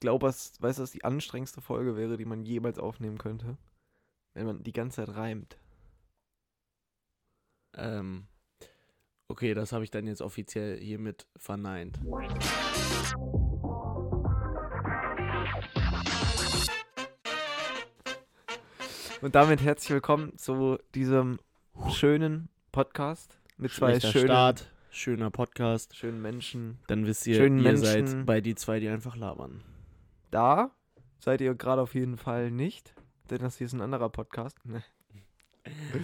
glaube, was, weißt du, was die anstrengendste Folge wäre, die man jemals aufnehmen könnte? Wenn man die ganze Zeit reimt. Ähm, okay, das habe ich dann jetzt offiziell hiermit verneint. Und damit herzlich willkommen zu diesem schönen Podcast mit zwei Schlechter schönen, Start, schöner Podcast. schönen Menschen. Dann wisst ihr, Schönen ihr Menschen. seid bei die zwei, die einfach labern. Da seid ihr gerade auf jeden Fall nicht, denn das hier ist ein anderer Podcast. Ne.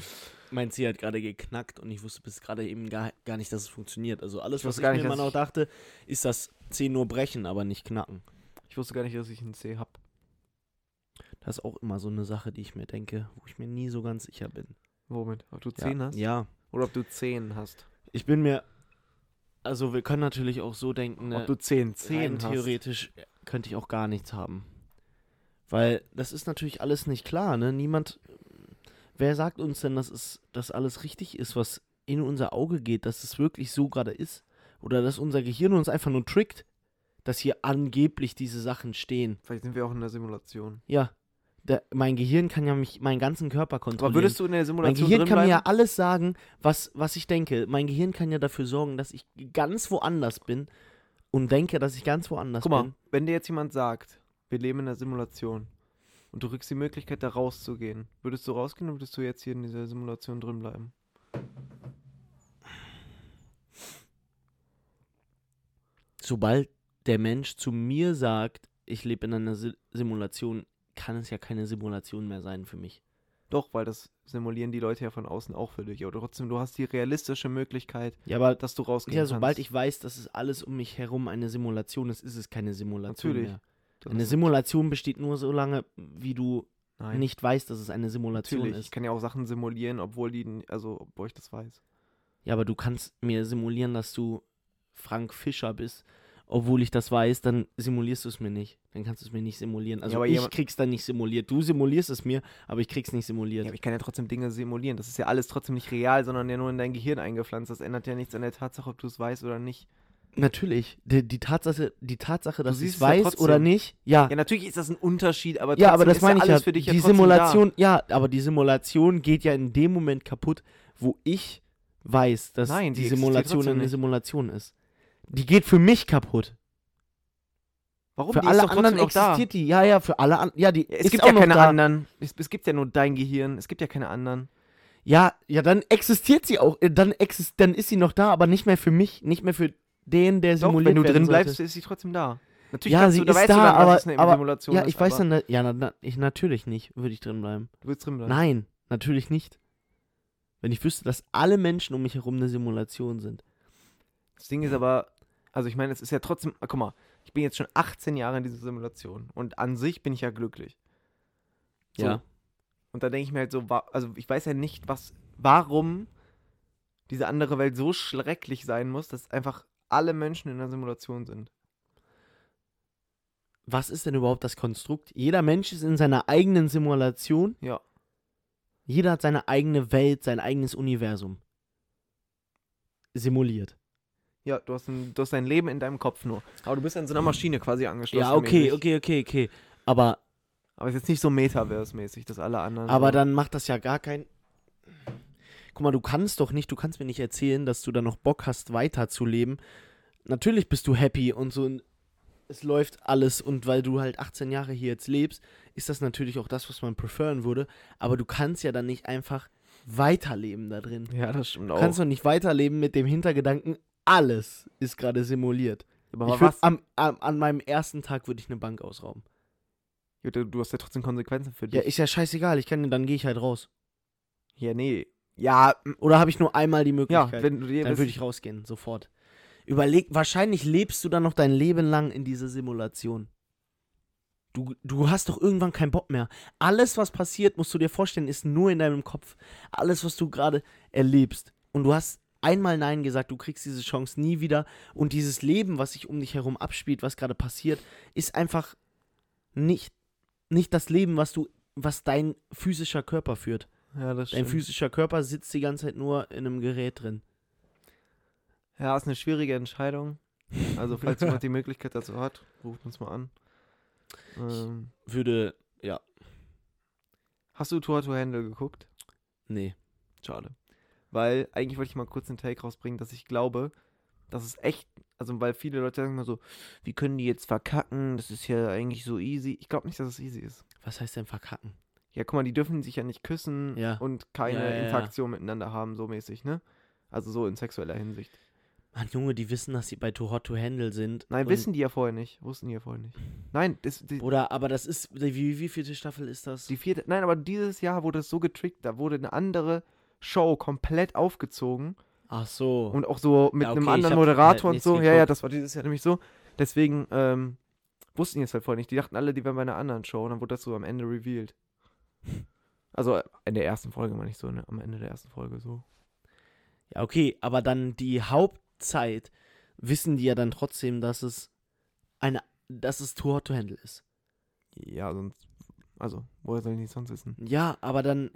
Mein Ziel hat gerade geknackt und ich wusste bis gerade eben gar, gar nicht, dass es funktioniert. Also alles, Ich was wusste ich gar mir nicht, immer dass noch ich- dachte, ist das 10 nur brechen, aber nicht knacken. Ich wusste gar nicht, dass ich einen C habe. Das ist auch immer so eine Sache, die ich mir denke, wo ich mir nie so ganz sicher bin. Womit? Ob du Ja. 10 hast? Ja. Oder ob du 10 hast? Ich bin mir. Also, wir können natürlich auch so denken, ne, Ob du 10, 10 rein hast? theoretisch äh, könnte ich auch gar nichts haben. Weil das ist natürlich alles nicht klar, ne? Niemand. Wer sagt uns denn, dass, es, dass alles richtig ist, was in unser Auge geht, dass es wirklich so gerade ist? Oder dass unser Gehirn uns einfach nur trickt, dass hier angeblich diese Sachen stehen? Vielleicht sind wir auch in der Simulation. Ja. Da, mein Gehirn kann ja mich, meinen ganzen Körper kontrollieren. Aber würdest du in der Mein Simulation Gehirn drin kann mir bleiben? ja alles sagen, was, was ich denke. Mein Gehirn kann ja dafür sorgen, dass ich ganz woanders bin und denke, dass ich ganz woanders Guck mal, bin. wenn dir jetzt jemand sagt, wir leben in der Simulation und du kriegst die Möglichkeit, da rauszugehen, würdest du rausgehen oder würdest du jetzt hier in dieser Simulation drin bleiben? Sobald der Mensch zu mir sagt, ich lebe in einer Si- Simulation, kann es ja keine Simulation mehr sein für mich. Doch, weil das simulieren die Leute ja von außen auch für dich. Aber trotzdem, du hast die realistische Möglichkeit, Ja, aber dass du rausgehen ja, kannst. sobald ich weiß, dass es alles um mich herum eine Simulation ist, ist es keine Simulation Natürlich. mehr. Das Eine ist- Simulation besteht nur so lange, wie du Nein, nicht weißt, dass es eine Simulation natürlich. Ich ist. kann ja auch Sachen simulieren, obwohl die, n- also, obwohl ich das weiß. Ja, aber du kannst mir simulieren, dass du Frank Fischer bist, obwohl ich das weiß, dann simulierst du es mir nicht. Dann kannst du es mir nicht simulieren. Also aber ich jemand- krieg's dann nicht simuliert. Du simulierst es mir, aber ich krieg's nicht Ja, simuliert. aber ich kann ja trotzdem Dinge simulieren. Das ist ja alles trotzdem nicht real, sondern ja nur in dein Gehirn eingepflanzt. Das ändert ja nichts an der Tatsache, ob du es weißt oder nicht. Natürlich. Die, die Tatsache, die Tatsache, dass siehst ich es ja weiß trotzdem. oder nicht, ja. Ja, natürlich ist das ein Unterschied, aber Ja, aber trotzdem das ist meine ja ich alles ja. für dich ja die trotzdem Simulation, ja, aber die Simulation geht ja in dem Moment kaputt, wo ich weiß, dass Nein, die die, existiert Simulation trotzdem eine nicht. Simulation ist. Die geht für mich kaputt. Da. Warum? Für Die ist alle doch trotzdem anderen noch da. existiert die. Ja, ja, für alle anderen. Ja, die Ja, ist Es gibt auch ja noch keine da. anderen. Es, es gibt ja nur dein Gehirn. Es gibt ja keine anderen. Ja, ja, dann existiert sie auch. Äh, Dann, exist dann ist sie noch da, aber nicht mehr für mich, nicht mehr für den, der Doch, simuliert wenn du werden drin sollte. bleibst, ist sie trotzdem da. Natürlich Ja, kannst sie du, da ist weißt da, du dann, aber- dass es eine aber- Simulation Ja, ist, ich weiß aber dann, na- ja, na, na, ich natürlich nicht, würde ich drin bleiben. Du willst drin bleiben. Nein, natürlich nicht. Wenn ich wüsste, dass alle Menschen um mich herum eine Simulation sind. Das Ding ist aber, also ich meine, es ist ja trotzdem, ah, guck mal, ich bin jetzt schon 18 Jahre in dieser Simulation und an sich bin ich ja glücklich. So. Ja. Und da denke ich mir halt so, wa- also ich weiß ja nicht, was, warum diese andere Welt so schrecklich sein muss, dass einfach alle Menschen in einer Simulation sind. Was ist denn überhaupt das Konstrukt? Jeder Mensch ist in seiner eigenen Simulation. Ja. Jeder hat seine eigene Welt, sein eigenes Universum. Simuliert. Ja, du hast, ein, du hast dein Leben in deinem Kopf nur. Aber du bist an so einer Maschine quasi angeschlossen. Mhm. Ja, okay, mäßig. okay, okay, okay. Aber Aber es ist jetzt nicht so Metaverse-mäßig, dass alle anderen. Aber so- dann macht das ja gar kein. Guck mal, du kannst doch nicht, du kannst mir nicht erzählen, dass du da noch Bock hast, weiterzuleben. Natürlich bist du happy und so. und Es läuft alles und weil du halt 18 Jahre hier jetzt lebst, ist das natürlich auch das, was man preferen würde. Aber du kannst ja dann nicht einfach weiterleben da drin. Ja, das stimmt Du auch. kannst doch nicht weiterleben mit dem Hintergedanken, alles ist gerade simuliert. aber ich würd, was? am, am, an meinem ersten Tag würde ich eine Bank ausrauben. Ja, Du, du hast ja trotzdem Konsequenzen für Ja, dich. ist ja scheißegal, ich kann, dann gehe ich halt raus. Ja, nee. Ja, m- Oder habe ich nur einmal die ja, Möglichkeit? wenn du dir Dann bist- würde ich rausgehen, sofort. Überleg, wahrscheinlich lebst du dann noch dein Leben lang in dieser Simulation. Du, du hast doch irgendwann keinen Bock mehr. Alles, was passiert, musst du dir vorstellen, ist nur in deinem Kopf. Alles, was du gerade erlebst. Und du hast einmal Nein gesagt, du kriegst diese Chance nie wieder. Und dieses Leben, was sich um dich herum abspielt, was gerade passiert, ist einfach nicht, nicht das Leben, was du, was dein physischer Körper führt. Ja, das Dein stimmt. physischer Körper sitzt die ganze Zeit nur in einem Gerät drin. Ja, ist eine schwierige Entscheidung. Also, falls jemand die Möglichkeit dazu hat, ruft uns mal an. Ähm, Würde, ja, hast du Tour to Handle geguckt? nee. Schade. Weil eigentlich wollte ich mal kurz einen Take rausbringen, dass ich glaube, dass es echt, also weil viele Leute sagen immer so, wie können die jetzt verkacken? Das ist ja eigentlich so easy. Ich glaube nicht, dass es easy ist. Was heißt denn verkacken? Ja, guck mal, die dürfen sich ja nicht küssen Ja. und keine Ja, ja, ja. Interaktion miteinander haben, so mäßig, ne? Also so in sexueller Hinsicht. Mann, Junge, die wissen, dass sie bei Too Hot to Handle sind. Nein, und- wissen die ja vorher nicht. Wussten die ja vorher nicht. Nein, das, die, Oder, aber das ist, wie, wie vielte Staffel ist das? die vierte. Nein, aber dieses Jahr wurde es so getrickt, da wurde eine andere Show komplett aufgezogen. Ach so. Und auch so mit Ja, einem okay, ich anderen hab halt Moderator und nichts so. Ja, ja, geguckt. das war dieses Jahr nämlich so. Deswegen ähm, wussten die es halt vorher nicht. Die dachten alle, die wären bei einer anderen Show und dann wurde das so am Ende revealed. Also äh, in der ersten Folge meine ich so, ne? Am Ende der ersten Folge so. Ja, okay, aber dann die Hauptzeit wissen die ja dann trotzdem, dass es eine, dass es Too Hot to Handle ist. Ja, sonst. Also, woher sollen die es sonst wissen? Ja, aber dann,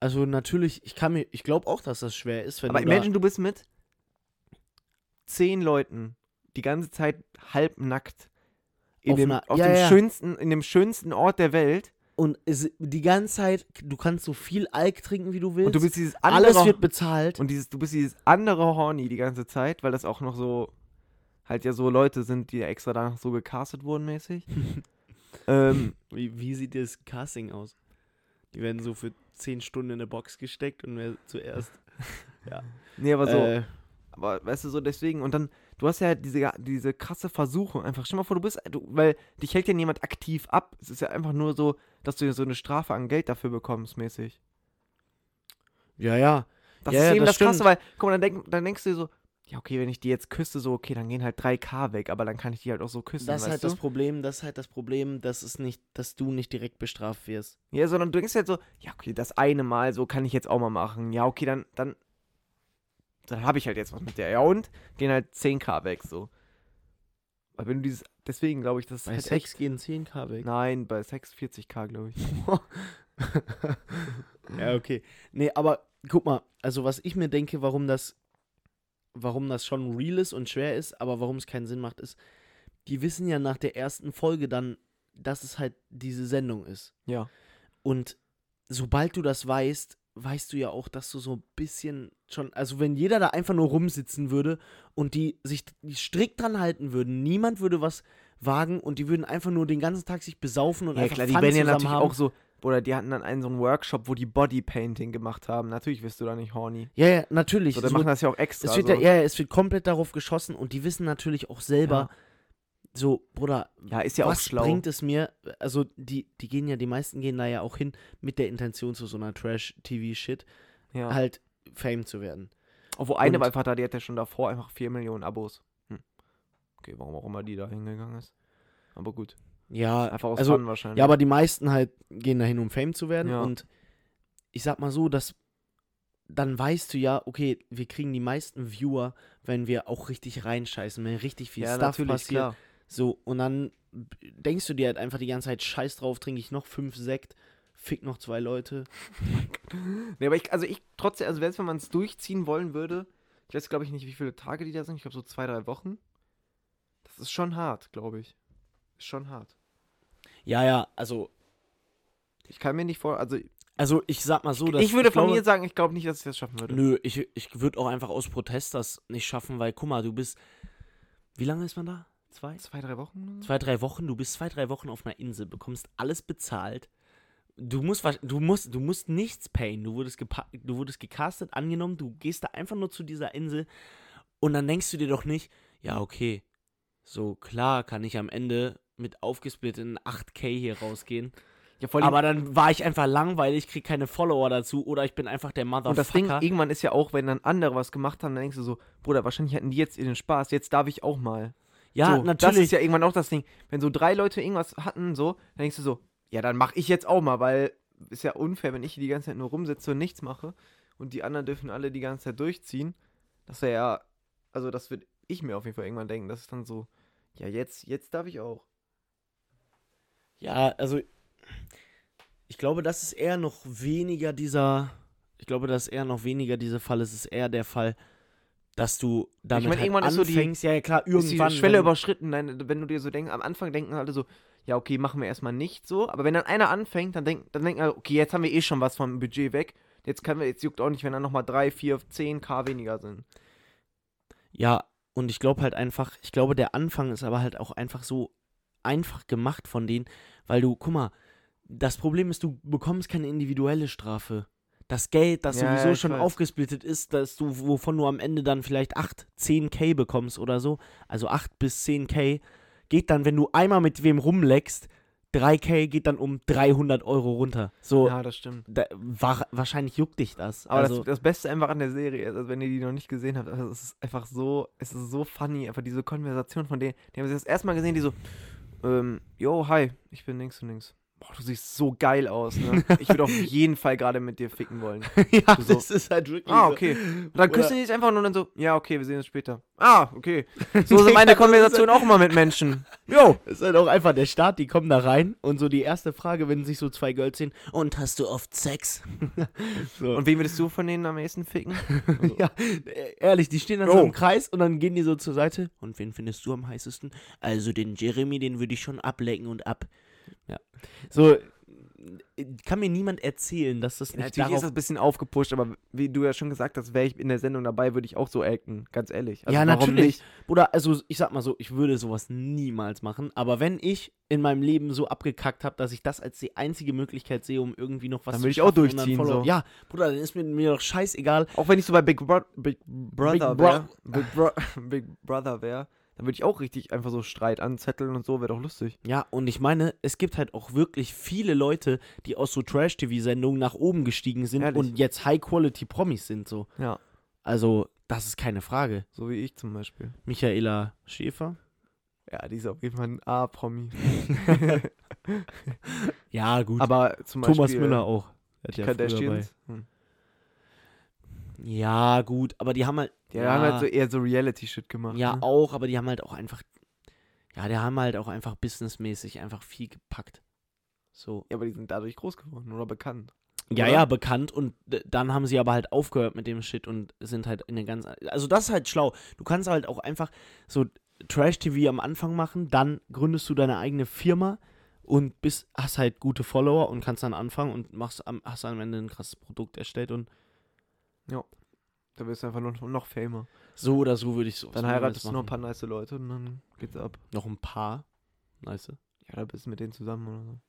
also natürlich, ich kann mir, ich glaube auch, dass das schwer ist, wenn Aber du da, imagine, du bist mit zehn Leuten die ganze Zeit halbnackt in Auf dem, einer- auf ja, dem ja. schönsten, in dem schönsten Ort der Welt und es, die ganze Zeit, du kannst so viel Alk trinken, wie du willst. und du bist dieses andere alles wird bezahlt. Und dieses, du bist dieses andere Horny die ganze Zeit, weil das auch noch so, halt ja so Leute sind, die ja extra danach so gecastet wurden mäßig. ähm, Wie, wie sieht das Casting aus? Die werden so für 10 Stunden in eine Box gesteckt und wer zuerst. nee, aber so, äh, aber weißt du, so deswegen, und dann, du hast ja halt diese, diese krasse Versuchung einfach. Stell mal vor, du bist, du, weil dich hält ja niemand aktiv ab. Es ist ja einfach nur so, dass du ja so eine Strafe an Geld dafür bekommst mäßig. ja, ja. Das Ja, ist ja, eben das, das Krasse, stimmt. weil, guck mal, dann, denk, dann denkst du dir so, ja, okay, wenn ich die jetzt küsse, so, okay, dann gehen halt 3K weg, aber dann kann ich die halt auch so küssen, Das ist weißt halt du? das Problem, das ist halt das Problem, dass es nicht, dass du nicht direkt bestraft wirst. Ja, sondern du denkst halt so, ja, okay, das eine Mal, so kann ich jetzt auch mal machen. Ja, okay, dann, dann, dann habe ich halt jetzt was mit der. Ja, und gehen halt 10k weg, so. Weil wenn du dieses, deswegen glaube ich, das ist Bei halt Sex gehen 10k echt, weg. nein, bei Sex 40k, glaube ich. ja, okay. Nee, aber guck mal, also was ich mir denke, warum das, warum das schon real ist und schwer ist, aber warum es keinen Sinn macht, ist, die wissen ja nach der ersten Folge dann, dass es halt diese Sendung ist. Ja. Und sobald du das weißt, weißt du ja auch, dass du so ein bisschen schon, also wenn jeder da einfach nur rumsitzen würde und die sich die strikt dran halten würden, niemand würde was wagen und die würden einfach nur den ganzen Tag sich besaufen und Ja, einfach klar, die Fun werden ja zusammen natürlich haben. auch so, oder die hatten dann einen so einen Workshop, wo die Bodypainting gemacht haben. Natürlich wirst du da nicht horny. ja, ja, natürlich. So, es, dann machen wird, das ja auch extra. es, wird so. ja, ja, es wird komplett darauf geschossen und die wissen natürlich auch selber, so, Bruder, ja, ist ja auch was schlau. bringt es mir, also die, die gehen ja, die meisten gehen da ja auch hin mit der Intention zu so einer Trash-TV-Shit, ja. halt Fame zu werden. Obwohl eine Und- war einfach da, die hat ja schon davor einfach 4 Millionen Abos. Hm. Okay, warum auch immer die da hingegangen ist. Aber gut. Ja, Einfach aus also, Fun wahrscheinlich. Ja, aber die meisten halt gehen dahin, um Fame zu werden. Ja. Und ich sag mal so, dass dann weißt du ja, okay, wir kriegen die meisten Viewer, wenn wir auch richtig reinscheißen, wenn richtig viel ja, Stuff natürlich, passiert. klar. So, und dann b- denkst du dir halt einfach die ganze Zeit, scheiß drauf, trinke ich noch fünf Sekt, fick noch zwei Leute. Nee, aber ich, also ich trotzdem, also selbst wenn man es durchziehen wollen würde, ich weiß glaube ich nicht, wie viele Tage die da sind, ich glaube so zwei, drei Wochen. Das ist schon hart, glaube ich. Ist schon hart. Ja, ja, also, Ich kann mir nicht vor, also also ich sag mal so, dass ich würde von glaube- mir sagen, ich glaube nicht, dass ich das schaffen würde. Nö, ich, ich würde auch einfach aus Protest das nicht schaffen, weil guck mal, du bist. Wie lange ist man da? Zwei? Zwei, drei Wochen? oder so? zwei, drei Wochen, du bist zwei, drei Wochen auf einer Insel, bekommst alles bezahlt. Du musst, wasch- du musst, du musst nichts payen. Du wurdest, gepa- du wurdest gecastet, angenommen, du gehst da einfach nur zu dieser Insel und dann denkst du dir doch nicht, ja, okay, so klar kann ich am Ende mit aufgesplitteten 8K hier rausgehen. Ja, voll Aber dann war ich einfach langweilig, krieg keine Follower dazu oder ich bin einfach der Motherfucker. Und das Ding, irgendwann ist ja auch, wenn dann andere was gemacht haben, dann denkst du so, Bruder, wahrscheinlich hatten die jetzt ihren Spaß, jetzt darf ich auch mal. ja, so, Das natürlich. ist ja irgendwann auch das Ding. Wenn so drei Leute irgendwas hatten, so, dann denkst du so, ja, dann mach ich jetzt auch mal, weil ist ja unfair, wenn ich die ganze Zeit nur rumsitze und nichts mache und die anderen dürfen alle die ganze Zeit durchziehen. Das wäre ja, also das würde ich mir auf jeden Fall irgendwann denken. Das ist dann so, ja, jetzt, jetzt darf ich auch. Ja, also ich glaube, das ist eher noch weniger dieser, ich glaube, das ist eher noch weniger dieser Fall. Es ist eher der Fall, dass du damit meine, halt irgendwann ist so die- anfängst. ja, ja, klar, Ist irgendwann. die Schwelle wenn- überschritten. Nein, wenn du dir so denkst, am Anfang denken alle so, ja, okay, machen wir erstmal nicht so. Aber wenn dann einer anfängt, dann, denk, dann denken alle, okay, jetzt haben wir eh schon was vom Budget weg. Jetzt können wir, jetzt juckt auch nicht, wenn dann nochmal 3, 4, 10 K weniger sind. Ja, und ich glaube halt einfach, ich glaube, der Anfang ist aber halt auch einfach so einfach gemacht von denen, weil du, guck mal, das Problem ist, du bekommst keine individuelle Strafe. Das Geld, das Ja, ja, sowieso ich schon weiß. aufgesplittet ist, dass du, wovon du am Ende dann vielleicht 8, 10k bekommst oder so, also 8 bis 10k, geht dann, wenn du einmal mit wem rumleckst, 3k geht dann um 300 Euro runter. So, Ja, das stimmt. da, wa wahrscheinlich juckt dich das. Aber also, das, das Beste einfach an der Serie ist, also wenn ihr die noch nicht gesehen habt, also es ist einfach so, es ist so funny, einfach diese Konversation von denen, die haben sie das erste Mal gesehen, die so, ähm, yo, hi, ich bin links und links. Boah, du siehst so geil aus, ne? Ich würde auf jeden Fall gerade mit dir ficken wollen. ja, so- das ist halt wirklich Ah, so. okay. Und dann Oder- küssen die sich einfach nur und dann so, ja, okay, wir sehen uns später. Ah, okay. So sind Digga, meine das ist Konversationen auch immer mit Menschen. Jo. Das ist halt auch einfach der Start, die kommen da rein und so die erste Frage, wenn sich so zwei Girls sehen, und hast du oft Sex? so. Und wen würdest du von denen am ehesten ficken? ja, e- ehrlich, die stehen dann so Jo. im Kreis und dann gehen die so zur Seite. Und wen findest du am heißesten? Also den Jeremy, den würde ich schon ablecken und ab. Ja. So, äh, kann mir niemand erzählen, dass das nicht Natürlich ist das Äh, darauf... ein bisschen aufgepusht, aber wie du ja schon gesagt hast, wäre ich in der Sendung dabei, würde ich auch so acten, ganz ehrlich. Also ja, warum natürlich. nicht? Oder, also ich sag mal so, ich würde sowas niemals machen. Aber wenn ich in meinem Leben so abgekackt habe, dass ich das als die einzige Möglichkeit sehe, um irgendwie noch was Dann zu würde ich auch schaffen und dann durchziehen, Follow- so. Ja, Bruder, dann ist mir, mir doch scheißegal. Auch wenn ich so bei Big, Bro Big Brother Big wäre, Big, Bro Big Brother wäre, dann würde ich auch richtig einfach so Streit anzetteln und so, wäre doch lustig. Ja, und ich meine, es gibt halt auch wirklich viele Leute, die aus so Trash-TV-Sendungen nach oben gestiegen sind Ehrlich? und jetzt High-Quality-Promis sind so. Ja. Also, das ist keine Frage. So wie ich zum Beispiel. Michaela Schäfer. Ja, die ist auf jeden Fall ein A-Promi. Ja, gut. Aber zum Beispiel. Thomas Müller auch. Der hat Die ja früher Kardashians. Hm. bei- Ja, gut, aber die haben halt. Die haben halt so eher so Reality-Shit gemacht. ja, ne? auch, aber die haben halt auch einfach. Ja, die haben halt auch einfach businessmäßig einfach viel gepackt. So. ja, aber die sind dadurch groß geworden oder bekannt. Ja, Oder? ja, bekannt und d- dann haben sie aber halt aufgehört mit dem Shit und sind halt in eine ganz. Also, das ist halt schlau. Du kannst halt auch einfach so Trash-TV am Anfang machen, dann gründest du deine eigene Firma und bist, hast halt gute Follower und kannst dann anfangen und machst am, hast am Ende ein krasses Produkt erstellt und Da wirst du einfach noch, noch famer. so oder so würde ich so. Dann heiratest du noch ein paar nice Leute und dann geht's ab. Noch ein paar. Nice. Ja, da bist du mit denen zusammen oder so.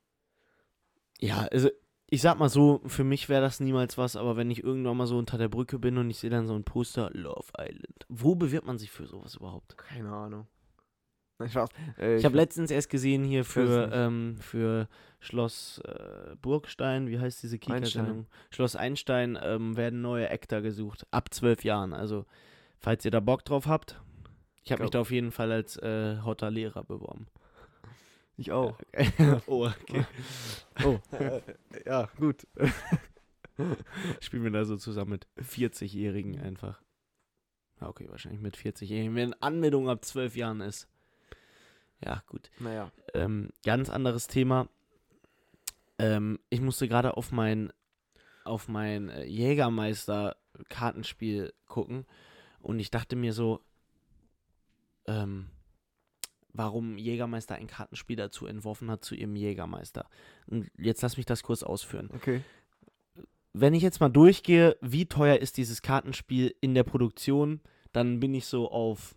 Ja, also ich sag mal so, für mich wäre das niemals was, aber wenn ich irgendwann mal so unter der Brücke bin und ich sehe dann so ein Poster, Love Island. Wo bewirbt man sich für sowas überhaupt? Keine Ahnung. Nein, Spaß. Äh, Ich habe letztens erst gesehen hier weiß für, nicht. ähm, für Schloss äh, Burgstein, wie heißt diese Kika-Sendung? Schloss Einstein ähm, werden neue Actor gesucht, ab zwölf Jahren. Also, falls ihr da Bock drauf habt, ich habe mich Glaub- da auf jeden Fall als äh, hotter Lehrer beworben. ich auch. oh, okay. Oh. ja, gut. Spielen wir da so zusammen mit Mhm. 40-Jährigen einfach. Ja, okay, wahrscheinlich mit 40-Jährigen, wenn Anmeldung ab 12 Jahren ist. Ja, gut. Naja. Ähm, ganz anderes Thema. Ähm, ich musste gerade auf mein, auf mein äh, Jägermeister-Kartenspiel gucken und ich dachte mir so, ähm, warum Jägermeister ein Kartenspiel dazu entworfen hat zu ihrem Jägermeister. Und jetzt lass mich das kurz ausführen Okay. wenn ich jetzt mal durchgehe, wie teuer ist dieses Kartenspiel in der Produktion, dann bin ich so auf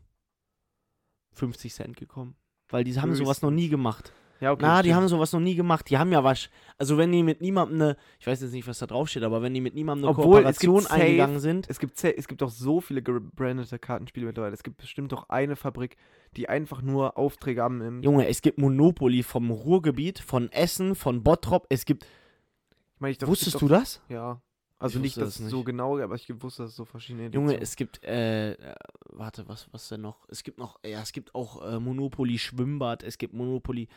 50 Cent gekommen. Weil die haben sowas noch nie gemacht. Ja, okay. Na, die stimmt. haben sowas noch nie gemacht. Die haben ja was. Also, wenn die mit niemandem eine. Ich weiß jetzt nicht, was da drauf steht, aber wenn die mit niemandem eine Obwohl, es gibt Kooperation safe- eingegangen sind. Es gibt, se- es gibt doch so viele gebrandete Kartenspiele mittlerweile. Es gibt bestimmt doch eine Fabrik, die einfach nur Aufträge haben im. Junge, es gibt Monopoly vom Ruhrgebiet, von Essen, von Bottrop. Es gibt. Ich meine, ich glaub, es wusstest gibt du doch, das? Ja. Also Ich nicht, wusste dass das so nicht. genau, aber ich wusste, dass es so verschiedene Junge, Editionen- es gibt, äh, äh, warte, was, was denn noch? Es gibt noch, ja, es gibt auch äh, Monopoly Schwimmbad, es gibt Monopoly,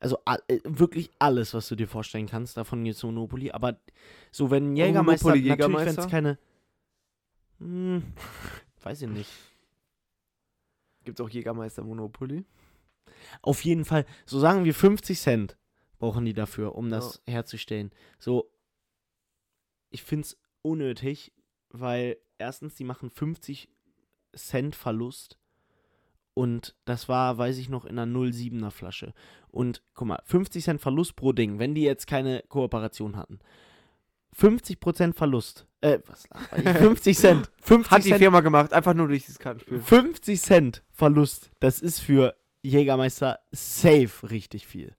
also a- äh, wirklich alles, was du dir vorstellen kannst, davon gibt es Monopoly, aber so, wenn Jägermeister, Monopoly, natürlich, wenn Jägermeister? es keine, hm, weiß ich nicht. Gibt's auch Jägermeister Monopoly. Auf jeden Fall, so sagen wir 50 Cent brauchen die dafür, um das herzustellen. So, ich finde es unnötig, weil erstens, die machen 50 Cent Verlust. Und das war, weiß ich noch, in einer 07er Flasche. Und guck mal, 50 Cent Verlust pro Ding, wenn die jetzt keine Kooperation hatten. 50% Verlust. Äh, was laber ich? 50 Cent. 50 Hat die Cent Firma gemacht, einfach nur durch dieses Kartenspiel. 50 Cent Verlust, das ist für Jägermeister safe richtig viel.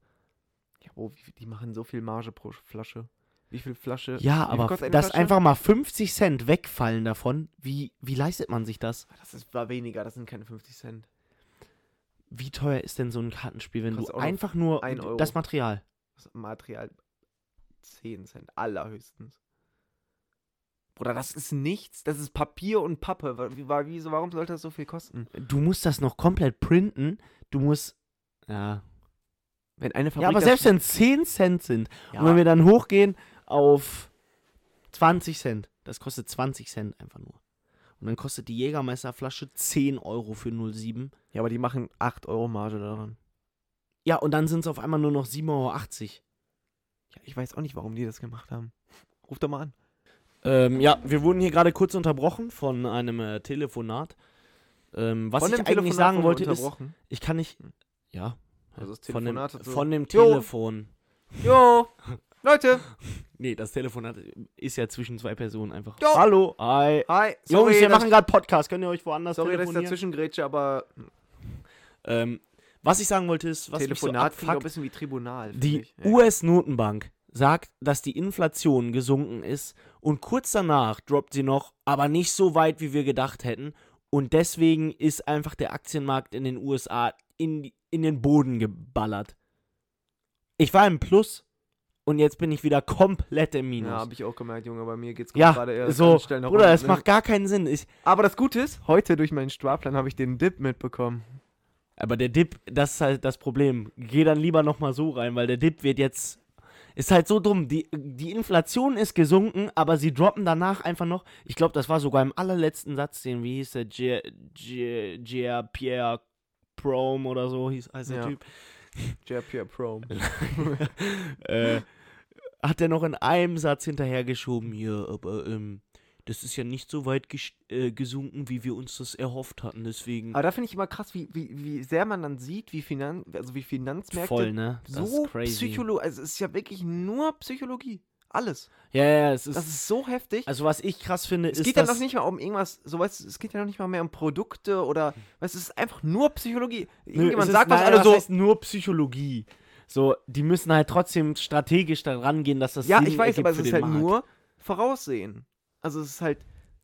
Ja, oh, wie, viel- die machen so viel Marge pro Flasche. Wie viel Flasche? Ja, aber kostet eine dass Flasche? einfach mal 50 Cent wegfallen davon, wie, wie leistet man sich das? Ah, Das ist, war weniger, das sind keine 50 Cent. Wie teuer ist denn so ein Kartenspiel, wenn Kostet du auch noch einfach nur ein Euro. das Material? Das Material 10 Cent, allerhöchstens. Bruder, das ist nichts. Das ist Papier und Pappe. Wa- wie- wa- Wieso, warum sollte das so viel kosten? Du musst das noch komplett printen. Du musst. Ja. Wenn eine Fabrik Ja, aber das- selbst wenn 10 Cent sind Ja. und wenn wir dann hochgehen auf 20 Cent, das kostet 20 Cent einfach nur. Und dann kostet die Jägermeisterflasche 10 Euro für 07. ja, aber die machen 8 Euro Marge daran. Ja, und dann sind es auf einmal nur noch 7,80 Euro. Ja, ich weiß auch nicht, warum die das gemacht haben. Ruf doch mal an. Ähm, ja, wir wurden hier gerade kurz unterbrochen von einem äh, Telefonat. Ähm, was Von ich dem eigentlich Telefonat sagen wurden wir wollte ist, unterbrochen. ich kann nicht. Hm. Ja. Also das von dem, Telefonat hat so- von dem Jo. Telefon. Jo, Leute, Nee, das Telefonat ist ja zwischen zwei Personen einfach. Jo. Hallo. Hi. hi. Sorry, Jungs, wir dass- machen gerade Podcast. Könnt ihr euch woanders Sorry, dass ich telefonieren? dazwischen grätsche, aber Ähm, was ich sagen wollte ist, was Telefonat mich so klingt auch ein abfuckt, bisschen wie Tribunal. finde die ich. Ja. US-Notenbank sagt, dass die Inflation gesunken ist und kurz danach droppt sie noch, aber nicht so weit, wie wir gedacht hätten. Und deswegen ist einfach der Aktienmarkt in den USA in, in den Boden geballert. Ich war im Plus und jetzt bin ich wieder komplett im Minus. Ja, habe ich auch gemerkt, Junge, bei mir geht's gut Ja, gerade erst so, an Stellen nach Bruder, unten, das ne? macht gar keinen Sinn. Ich, Aber das Gute ist, heute durch meinen Sparplan habe ich den Dip mitbekommen. Aber der Dip, das ist halt das Problem. Geh dann lieber nochmal so rein, weil der Dip wird jetzt. Ist halt so dumm. Die, die Inflation ist gesunken, aber sie droppen danach einfach noch. Ich glaube, das war sogar im allerletzten Satz, den, wie hieß der? Gier, Gier, Gier Pierre Prom oder so hieß, heißt der Ja. Typ. Jepier Pro. äh, hat er noch in einem Satz hinterhergeschoben hier, aber ähm, das ist ja nicht so weit ges äh, gesunken, wie wir uns das erhofft hatten. Deswegen Aber da finde ich immer krass, wie, wie, wie sehr man dann sieht, wie, Finan also wie Finanzmärkte voll, ne? Das so ist crazy. Psychologie, also es ist ja wirklich nur Psychologie. Alles. Ja, ja, es ist. Das ist so heftig. Also was ich krass finde, es ist geht ja dass, noch nicht mal um irgendwas, so weißt du, es geht ja noch nicht mal mehr um Produkte oder, weißt du, es ist einfach nur Psychologie. Nö, es Irgendjemand ist- sagt was, nein, alle das so, heißt nur Psychologie. So, die müssen halt trotzdem strategisch dann rangehen, dass das ja, Sinn ich weiß, ergibt aber es für ist den halt Markt. nur Voraussehen. Also es ist halt,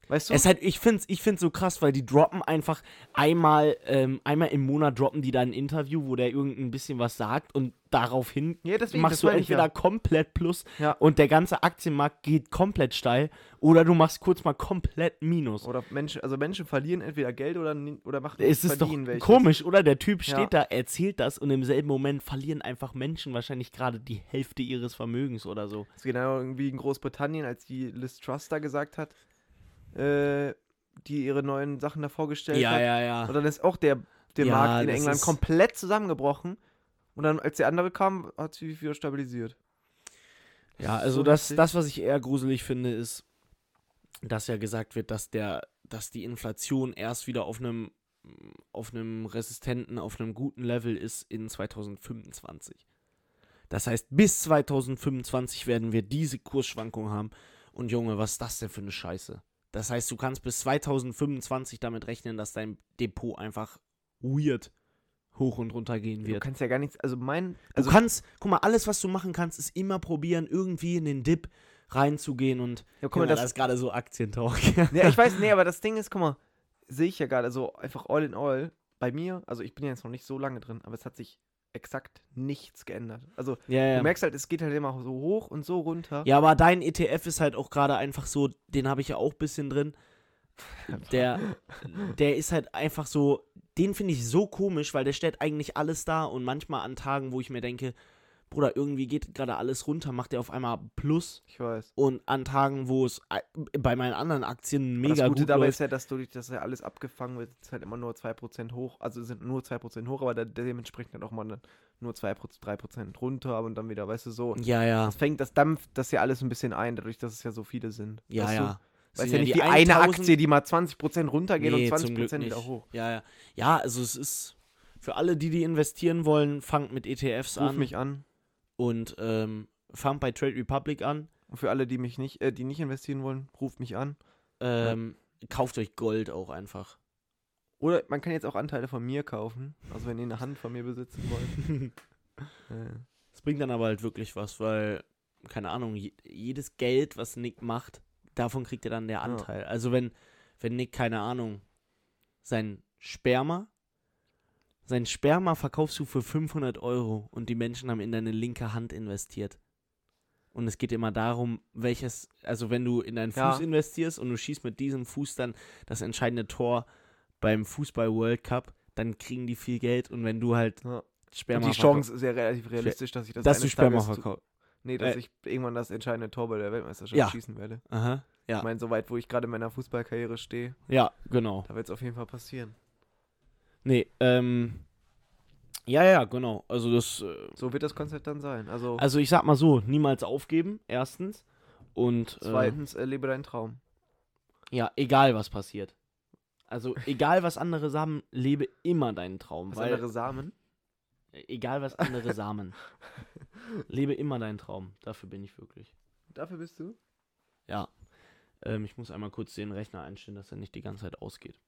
weißt du, Es ist halt, ich finde ich find's so krass, weil die droppen einfach einmal, ähm, einmal im Monat droppen die da ein Interview, wo der irgendein bisschen was sagt und daraufhin Ja, deswegen, das machst du meine ich ja. entweder komplett plus Ja. und der ganze Aktienmarkt geht komplett steil oder du machst kurz mal komplett minus. Oder Menschen, also Menschen verlieren entweder Geld oder, ni- oder machen Es ist doch verdienen welches. komisch, oder? Der Typ Ja. steht da, erzählt das und im selben Moment verlieren einfach Menschen wahrscheinlich gerade die Hälfte ihres Vermögens oder so. Das ist genau irgendwie in Großbritannien, als die Liz Truss da gesagt hat, äh, die ihre neuen Sachen da vorgestellt hat. ja, ja. Und dann ist auch der, der Ja, Markt in das England ist- komplett zusammengebrochen. Und dann, als der andere kam, hat sie wieder stabilisiert. Ja, ist also so das, heftig. das, was ich eher gruselig finde, ist, dass ja gesagt wird, dass der, dass die Inflation erst wieder auf einem auf einem resistenten, auf einem guten Level ist in 2025. Das heißt, bis 2025 werden wir diese Kursschwankung haben. Und Junge, was ist das denn für eine Scheiße? Das heißt, du kannst bis 2025 damit rechnen, dass dein Depot einfach weird hoch und runter gehen Du wird. kannst ja gar nichts, also mein, Du also kannst, guck mal, alles, was du machen kannst, ist immer probieren, irgendwie in den Dip reinzugehen und. ja, guck mal, Junge, das, ist gerade so Aktientalk. Ja, ich weiß, nee, aber das Ding ist, guck mal, sehe ich ja gerade so einfach all in all bei mir, also ich bin ja jetzt noch nicht so lange drin, aber es hat sich exakt nichts geändert. Also ja, ja. du merkst halt, es geht halt immer so hoch und so runter. ja, aber dein ETF ist halt auch gerade einfach so, den habe ich ja auch ein bisschen drin. Der, der ist halt einfach so, den finde ich so komisch, weil der stellt eigentlich alles da und manchmal an Tagen, wo ich mir denke, Bruder, irgendwie geht gerade alles runter, macht der auf einmal Plus Ich weiß. und an Tagen, wo es äh, bei meinen anderen Aktien Aber mega das Gute gut dabei läuft, ist ja, dass dadurch, dass ja alles abgefangen wird, ist halt immer nur 2% hoch. Also es sind nur 2% hoch, aber da, dementsprechend dann auch mal dann nur 2%, 3% runter und dann wieder, weißt du, so. Ja, ja. Das fängt, das dampft das ja alles ein bisschen ein, dadurch, dass es ja so viele sind. Ja, weißt ja. Du? Das Weißt sind ja nicht die wie eine 1000 Aktie, die mal 20% runtergeht Nee, und zum Glück 20% nicht. wieder hoch. Ja, ja. Ja, also es ist für alle, die die investieren wollen, fangt mit ETFs Ruf an mich an. und ähm, fangt bei Trade Republic an. Und für alle, die mich nicht, äh, die nicht investieren wollen, ruft mich an. Ähm, Kauft euch Gold auch einfach. Oder man kann jetzt auch Anteile von mir kaufen. Also wenn ihr eine Hand von mir besitzen wollt. äh, Das bringt dann aber halt wirklich was, weil, keine Ahnung, je, jedes Geld, was Nick macht, davon kriegt er dann der Anteil. Also wenn, wenn Nick, keine Ahnung, sein Sperma, sein Sperma verkaufst du für 500 Euro und die Menschen haben in deine linke Hand investiert. Und es geht immer darum, welches, also wenn du in deinen Fuß Ja. investierst und du schießt mit diesem Fuß dann das entscheidende Tor beim Fußball World Cup, dann kriegen die viel Geld und wenn du halt Ja. Sperma und die verkaufst- Chance ist ja relativ realistisch, dass ich das dass du eines Sperma Tages tu- verkaufst. Nee, dass äh, ich irgendwann das entscheidende Tor bei der Weltmeisterschaft Ja. schießen werde. Aha. Ja. Ich meine, soweit, wo ich gerade in meiner Fußballkarriere stehe, Ja, genau. da wird es auf jeden Fall passieren. Nee, ähm. Ja, ja, genau. Also das. äh, So wird das Konzept dann sein. Also, Also ich sag mal so, niemals aufgeben, erstens. Und äh, zweitens, äh, lebe deinen Traum. ja, egal was passiert. Also egal was andere Samen, lebe immer deinen Traum. Was weil, äh, andere Samen? Egal was andere Samen. lebe immer deinen Traum. Dafür bin ich wirklich. Dafür bist du? Ja. Ähm, ich muss einmal kurz den Rechner einstellen, dass er nicht die ganze Zeit ausgeht.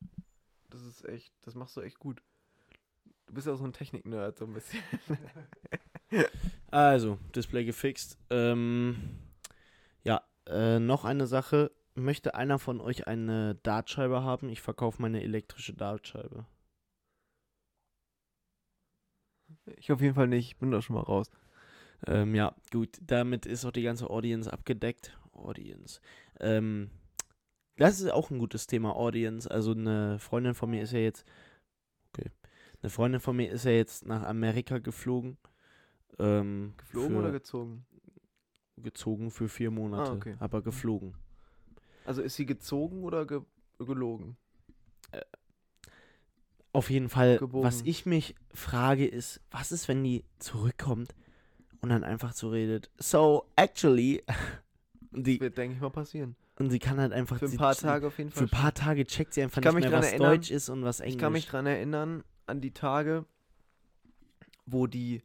Das ist echt, das machst du echt gut. Du bist ja auch so ein Technik-Nerd, so ein bisschen. Also, Display gefixt. Ähm, ja, äh, noch eine Sache. Möchte einer von euch eine Dartscheibe haben? Ich verkaufe meine elektrische Dartscheibe. Ich auf jeden Fall nicht, ich bin da schon mal raus. Ähm, ja, gut. Damit ist auch die ganze Audience abgedeckt. Audience. Ähm, das ist auch ein gutes Thema, Audience. Also eine Freundin von mir ist ja jetzt. Okay. Eine Freundin von mir ist ja jetzt nach Amerika geflogen. Ähm, Geflogen für, oder gezogen? gezogen für vier Monate. okay. Mhm. Aber geflogen. Also ist sie gezogen oder ge gelogen? Auf jeden Fall, Gebogen. was ich mich frage, ist, was ist, wenn die zurückkommt und dann einfach so redet? So, actually, und, Das die, wird, denke ich mal, passieren. und sie kann halt einfach. Für ein sie- paar sie- Tage auf jeden Fall. Für ein paar Tage checkt sie einfach Ich kann nicht mich mehr, dran was erinnern, Deutsch ist und was Englisch. Ich kann mich dran erinnern, an die Tage, wo die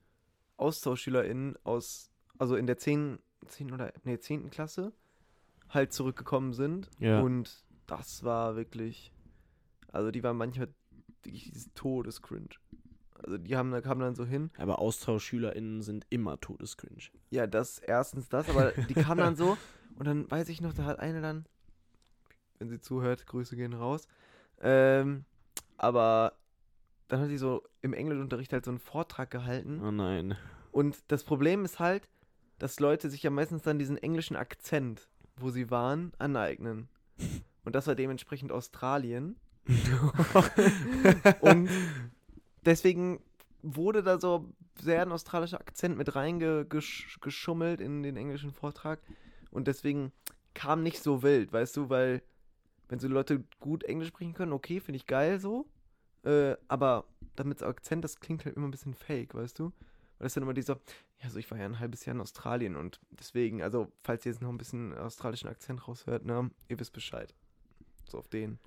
AustauschschülerInnen aus, also in der 10. 10. oder nee, 10. Klasse halt zurückgekommen sind. Ja. Und das war wirklich, also die waren manchmal wirklich dieses Todescringe. Also die haben, da kamen dann so hin. Aber AustauschschülerInnen sind immer todescringe. Ja, das erstens das, aber die kamen dann so und dann weiß ich noch, da hat eine dann, wenn sie zuhört, Grüße gehen raus. Ähm, aber dann hat sie so im Englischunterricht halt so einen Vortrag gehalten. Oh nein. Und das Problem ist halt, dass Leute sich ja meistens dann diesen englischen Akzent, wo sie waren, aneignen. Und das war dementsprechend Australien. Und deswegen wurde da so sehr ein australischer Akzent mit reingeschummelt in den englischen Vortrag. Und deswegen kam nicht so wild, weißt du, weil wenn so Leute gut Englisch sprechen können, okay, finde ich geil so. Äh, aber damit so Akzent, das klingt halt immer ein bisschen fake, weißt du? Weil das dann immer dieser, ja, so ich war ja ein halbes Jahr in Australien und deswegen, also falls ihr jetzt noch ein bisschen australischen Akzent raushört, ne, ihr wisst Bescheid. So auf den.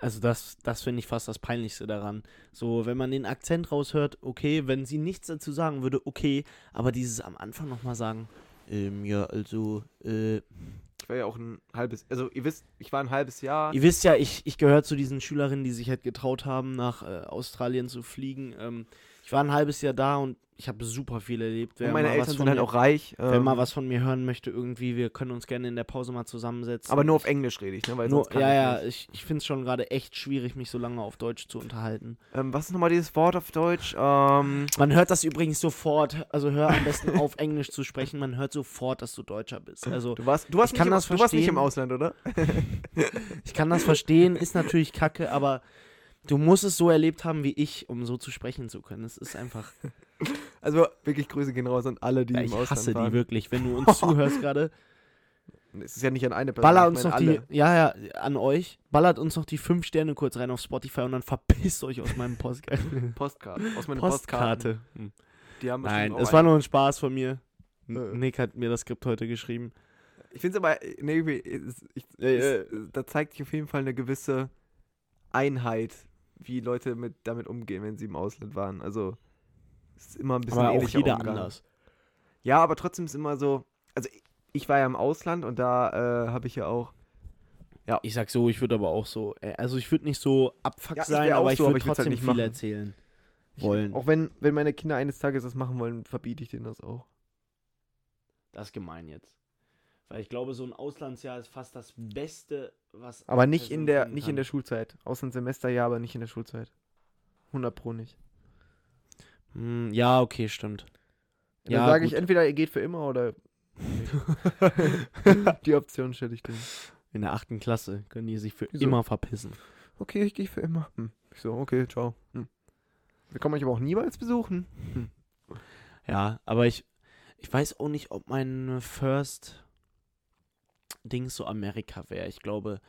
Also das, das finde ich fast das Peinlichste daran. So, wenn man den Akzent raushört, okay, wenn sie nichts dazu sagen würde, okay, aber dieses am Anfang nochmal sagen, ähm, ja, also, äh, Ich war ja auch ein halbes, also ihr wisst, ich war ein halbes Jahr. Ihr wisst ja, ich, ich gehöre zu diesen Schülerinnen, die sich halt getraut haben, nach äh, Australien zu fliegen. Ähm, ich war ein halbes Jahr da und ich habe super viel erlebt. Wer und meine mal Eltern was von sind halt mir, auch reich. Wer ähm, mal was von mir hören möchte, irgendwie, wir können uns gerne in der Pause mal zusammensetzen. aber nur auf Englisch rede ich, ne? Weil Nur, sonst kann ja, ich ja, nicht. ich, ich finde es schon gerade echt schwierig, mich so lange auf Deutsch zu unterhalten. Ähm, was ist nochmal dieses Wort auf Deutsch? Ähm, Man hört das übrigens sofort, also hör am besten auf, Englisch zu sprechen. Man hört sofort, dass du Deutscher bist. Also, du warst, du warst, Ich nicht, kann im, das du warst nicht im verstehen. Ausland, oder? Ich kann das verstehen, ist natürlich kacke, aber du musst es so erlebt haben wie ich, um so zu sprechen zu können. Es ist einfach. Also wirklich Grüße gehen raus an alle, die Ja, im ich Ausland hasse die waren. wirklich, wenn du uns zuhörst gerade. Es ist ja nicht an eine Person. Baller ich uns meine noch alle. die. Ja, ja, an euch. Ballert uns noch die 5 Sterne kurz rein auf Spotify und dann verpisst euch aus meinem Post äh, Postkarte. Aus meiner Postkarte. Postkarte. Hm. Die haben bestimmt Nein, auch es ein- war nur ein Spaß von mir. Äh. N- Nick hat mir das Skript heute geschrieben. Ich finde es aber, äh, nee, ich, ich, Ja, ja. es- äh, da zeigt sich auf jeden Fall eine gewisse Einheit, wie Leute mit, damit umgehen, wenn sie im Ausland waren. Also, es ist immer ein bisschen Aber auch ähnlicher jeder Umgang. anders. Ja, aber trotzdem ist immer so, also ich- ich war ja im Ausland und da äh, habe ich ja auch, Ich sag so, ich würde aber auch so, äh, also ich würde nicht so abfuck Ja, ich wär sein, auch aber ich so, aber würde ich würd's halt trotzdem nicht viel machen. erzählen Ich- wollen. auch wenn, wenn meine Kinder eines Tages das machen wollen, verbiete ich denen das auch. Das ist gemein jetzt. Weil ich glaube, so ein Auslandsjahr ist fast das Beste, was. eine Aber nicht Person in der, tun nicht in Also, kann. der Schulzeit. Außer ein Semester, ja, aber nicht in der Schulzeit. 100 pro nicht. Hm, ja, okay, stimmt. Dann Ja, sage ich gut. entweder, ihr geht für immer oder die Option stelle ich denen. In der achten Klasse können die sich für Wieso? immer verpissen. Okay, ich gehe für immer. Hm. Ich so, okay, ciao. Hm. Wir kommen euch aber auch niemals besuchen. Ja, aber ich, ich weiß auch nicht, ob mein First Ding so Amerika wäre. Ich glaube,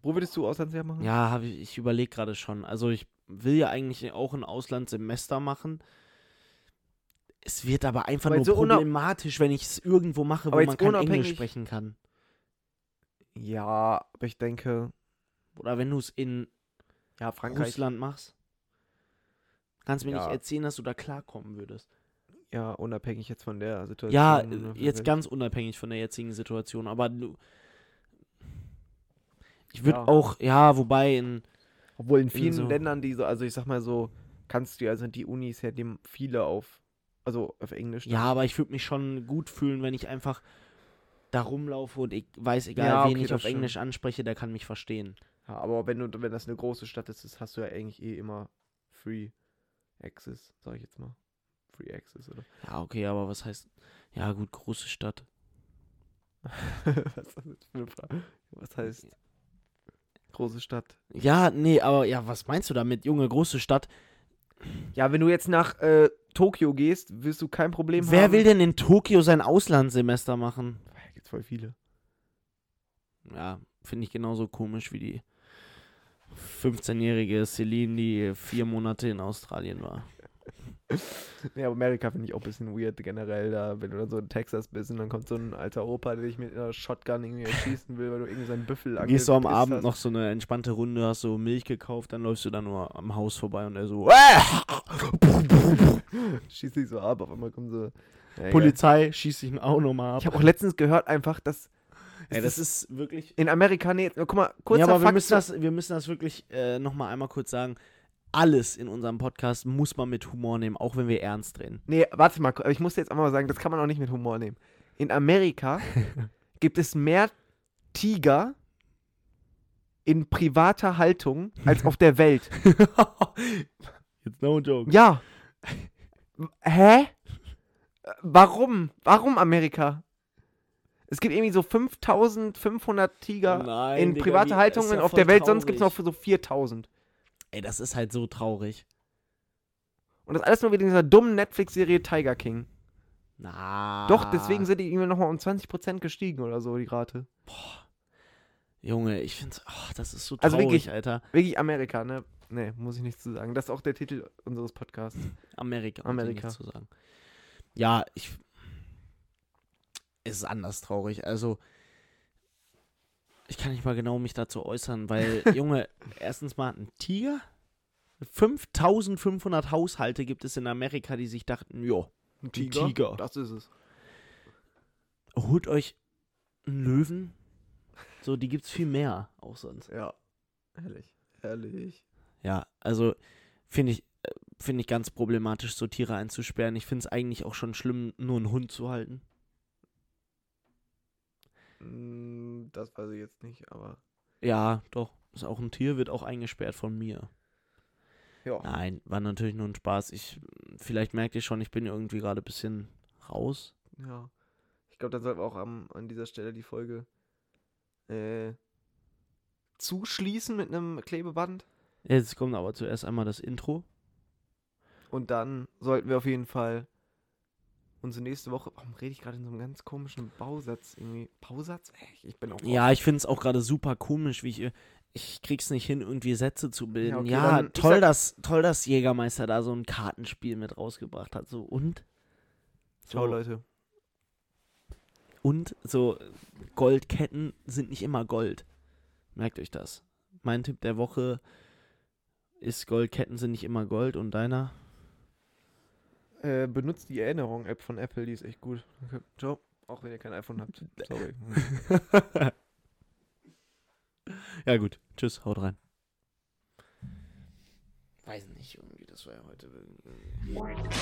Wo würdest du Auslandsjahr machen? ja, hab ich, ich überlege gerade schon. Also ich will ja eigentlich auch ein Auslandssemester machen. Es wird aber einfach Aber nur jetzt so unab- problematisch, wenn ich es irgendwo mache, wo Aber man jetzt kein Englisch unabhängig- sprechen kann. ja, aber ich denke, Oder wenn du es in ja, Russland machst. Kannst mir Ja. nicht erzählen, dass du da klarkommen würdest. Ja, unabhängig jetzt von der Situation. Ja, oder äh, jetzt vielleicht- ganz unabhängig von der jetzigen Situation, aber du. Ich würde Ja. auch, ja, wobei in. Obwohl in vielen so- Ländern, die so, also ich sag mal so, kannst du ja, also die Unis ja dem viele auf, also auf Englisch. Ja, aber ich würde mich schon gut fühlen, wenn ich einfach da rumlaufe und ich weiß, egal Ja, wen okay, ich das auf Englisch anspreche, der kann mich verstehen. Ja, aber wenn du, wenn das eine große Stadt ist, das hast du ja eigentlich eh immer Free Access, sag ich jetzt mal. Free Access, oder? Ja, okay, aber was heißt. Ja, gut, große Stadt. Was ist das jetzt für eine Frage? Was heißt große Stadt? Ja, nee, aber ja, was meinst du damit, Junge, große Stadt? Ja, wenn du jetzt nach äh, Tokio gehst, wirst du kein Problem Wer haben. will denn in Tokio sein Auslandssemester machen? Da gibt's voll viele. Ja, finde ich genauso komisch wie die 15-jährige Celine, die vier Monate in Australien war. Ja, Amerika finde ich auch ein bisschen weird generell, da, wenn du dann so in Texas bist und dann kommt so ein alter Opa, der dich mit einer Shotgun irgendwie erschießen will, weil du irgendwie seinen Büffel Dann gehst du am angepisst Abend hast. noch so eine entspannte Runde, hast so Milch gekauft, dann läufst du da nur am Haus vorbei und er so, "Äh!" Schießt dich so ab, auf einmal kommen so. Ja, egal. Polizei, schießt dich auch nochmal ab. Ich habe auch letztens gehört einfach, dass Ey, das ist wirklich... in Amerika, nee, guck mal, kurzer Ja, aber wir Fakt müssen, zu- das, wir müssen das wirklich äh, nochmal einmal kurz sagen. Alles in unserem Podcast muss man mit Humor nehmen, auch wenn wir ernst reden. Nee, warte mal, ich muss jetzt einmal sagen, das kann man auch nicht mit Humor nehmen. In Amerika gibt es mehr Tiger in privater Haltung als auf der Welt. It's no joke. Ja. Hä? Warum? Warum Amerika? Es gibt irgendwie so 5500 Tiger Oh Nein, in Digga, private wie- ist Haltungen ja auf voll der Welt, sonst gibt traurig. es noch für so 4000. Ey, das ist halt so traurig. Und das alles nur wegen dieser dummen Netflix-Serie Tiger King. Na. Doch, deswegen Ah. sind die irgendwie nochmal um 20% gestiegen oder so, die Rate. Junge, ich find's. Oh, das ist so traurig, Also wirklich- Alter. Wirklich Amerika, ne? Nee, muss ich nichts zu sagen. Das ist auch der Titel unseres Podcasts. Amerika. um dir Amerika. nichts Zu sagen. Ja, ich. Es ist anders traurig. Also. Ich kann nicht mal genau mich dazu äußern, weil, Junge, erstens mal ein Tiger. 5500 Haushalte gibt es in Amerika, die sich dachten, jo, Ein Tiger? Das ist es. holt euch einen Löwen. So, die gibt's viel mehr, auch sonst. Ja. Herrlich. Herrlich. Ja, also finde ich, äh, finde ich ganz problematisch, so Tiere einzusperren. Ich finde es eigentlich auch schon schlimm, nur einen Hund zu halten. Mm, Das weiß ich jetzt nicht, aber. Ja, doch. Ist auch ein Tier, wird auch eingesperrt von mir. Ja. Nein, war natürlich nur ein Spaß. Ich, vielleicht merkt ihr schon, ich bin irgendwie gerade ein bisschen raus. Ja. Ich glaube, dann sollten wir auch am, an dieser Stelle die Folge äh, zuschließen mit einem Klebeband. Jetzt kommt aber zuerst einmal das Intro. Und dann sollten wir auf jeden Fall unsere nächste Woche. Warum rede ich gerade in so einem ganz komischen Bausatz? Irgendwie. Bausatz? Ey, Ich, ich bin auch. Ja, ich finde es auch gerade super komisch, wie ich. äh, Ich krieg's nicht hin, irgendwie Sätze zu bilden. Ja, okay, dann- ich toll, sag- dass, toll, dass Jägermeister da so ein Kartenspiel mit rausgebracht hat. So und? Ciao, So. Leute. Und so Goldketten sind nicht immer Gold. Merkt euch das. Mein Tipp der Woche ist Goldketten sind nicht immer Gold und deiner? Äh, benutzt die Erinnerung-App von Apple, die ist echt gut. Okay. Ciao. Auch wenn ihr kein iPhone habt. Sorry. Ja gut, tschüss, haut rein. Weiß nicht, irgendwie, das war ja heute irgendwie.